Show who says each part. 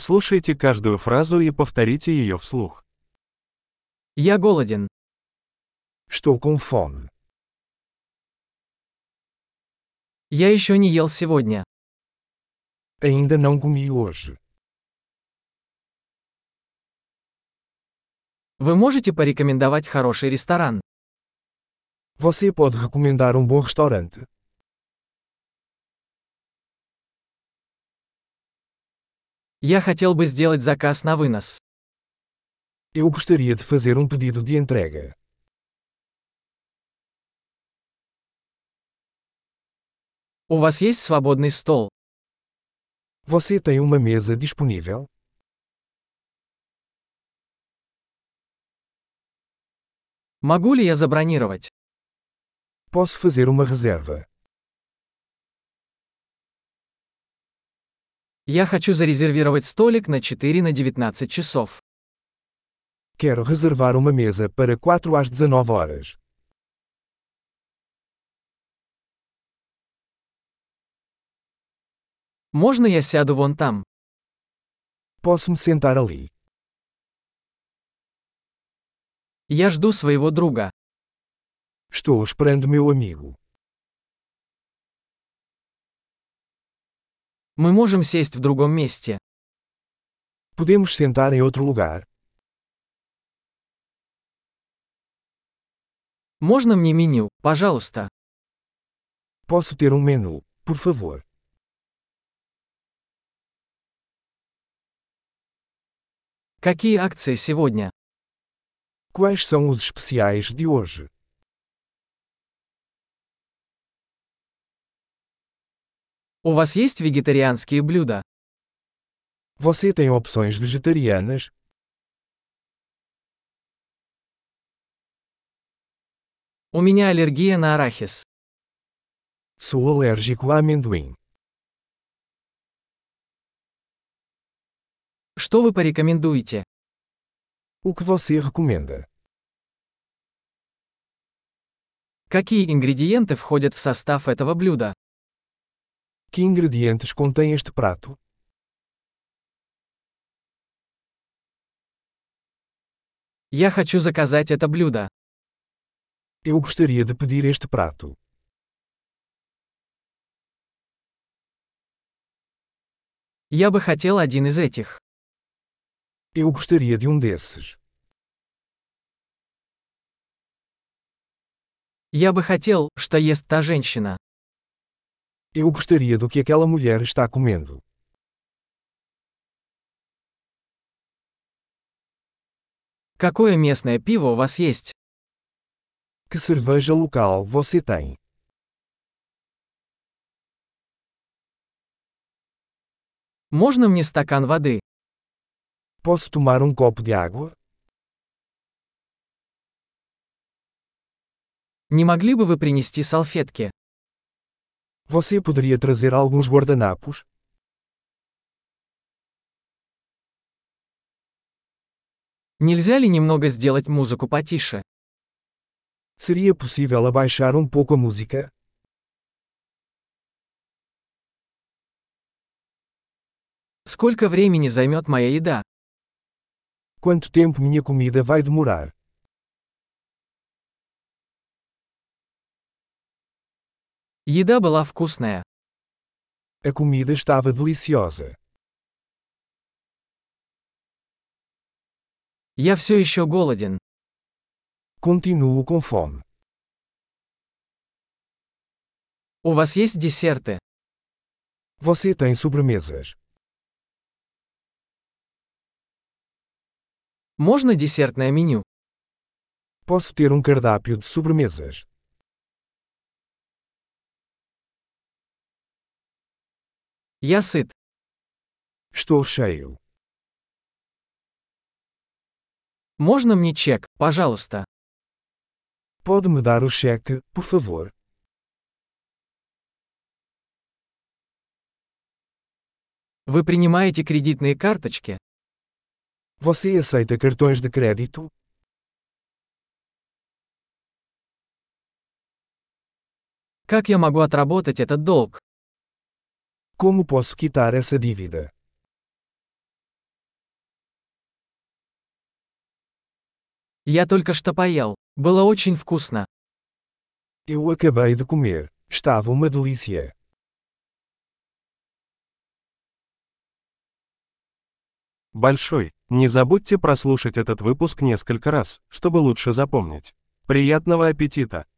Speaker 1: Прослушайте каждую фразу и повторите ее вслух.
Speaker 2: Я голоден.
Speaker 3: Estou com fome.
Speaker 2: Я еще не ел сегодня.
Speaker 3: Ainda não comi hoje.
Speaker 2: Вы можете порекомендовать хороший ресторан?
Speaker 3: Você pode recomendar um bom restaurante.
Speaker 2: Я хотел бы сделать заказ на вынос.
Speaker 3: Eu gostaria de fazer um pedido de entrega.
Speaker 2: У вас есть свободный стол?
Speaker 3: Você tem uma mesa disponível?
Speaker 2: Могу ли я забронировать?
Speaker 3: Posso fazer uma reserva.
Speaker 2: Я хочу зарезервировать столик на 4 на 19 часов.
Speaker 3: Quero reservar uma mesa para 4 às 19 horas.
Speaker 2: Можно я сяду вон там?
Speaker 3: Posso me sentar ali.
Speaker 2: Я жду своего друга.
Speaker 3: Estou esperando meu amigo.
Speaker 2: Мы можем сесть в другом месте.
Speaker 3: Podemos sentar em outro lugar?
Speaker 2: Можно мне меню, пожалуйста?
Speaker 3: Posso ter um menu, por favor?
Speaker 2: Какие акции сегодня?
Speaker 3: Quais são os especiais de hoje?
Speaker 2: У вас есть вегетарианские блюда?
Speaker 3: Você tem opções vegetarianas?
Speaker 2: У меня аллергия на арахис.
Speaker 3: Sou alérgico a amendoim.
Speaker 2: Что вы порекомендуете?
Speaker 3: O que você recomenda?
Speaker 2: Какие ингредиенты входят в состав этого блюда?
Speaker 3: Que ingredientes contém este prato?
Speaker 2: Я хочу заказать это блюдо.
Speaker 3: Eu gostaria de pedir este prato.
Speaker 2: Я бы хотел один из этих.
Speaker 3: Eu gostaria de um desses.
Speaker 2: Я бы хотел, что ест та женщина.
Speaker 3: Eu gostaria do que aquela mulher está comendo.
Speaker 2: Какое местное пиво у вас есть?
Speaker 3: Que cerveja local você tem?
Speaker 2: Можно мне стакан воды?
Speaker 3: Posso tomar um copo de água?
Speaker 2: Не могли бы вы принести салфетки?
Speaker 3: Você poderia trazer alguns guardanapos?
Speaker 2: Нельзя ли немного сделать музыку потише?
Speaker 3: Seria possível abaixar um pouco a música?
Speaker 2: Сколько времени займет моя еда?
Speaker 3: Quanto tempo minha comida vai demorar?
Speaker 2: Еда была вкусная.
Speaker 3: A comida estava deliciosa.
Speaker 2: Я все еще голоден.
Speaker 3: Continuo com fome.
Speaker 2: У вас есть десерты?
Speaker 3: Você tem sobremesas.
Speaker 2: Можно десертное меню?
Speaker 3: Posso ter um cardápio de sobremesas.
Speaker 2: Я сыт.
Speaker 3: Estou cheio.
Speaker 2: Можно мне чек, пожалуйста?
Speaker 3: Pode me dar o cheque, por favor?
Speaker 2: Вы принимаете кредитные карточки?
Speaker 3: Você aceita cartões de crédito?
Speaker 2: Как я могу отработать этот долг?
Speaker 3: Como posso quitar essa dívida?
Speaker 2: Я только что поел. Было очень вкусно.
Speaker 4: Eu acabei de comer. Estava uma delícia.
Speaker 3: Большой. Не забудьте прослушать этот выпуск несколько раз, чтобы лучше запомнить. Приятного аппетита!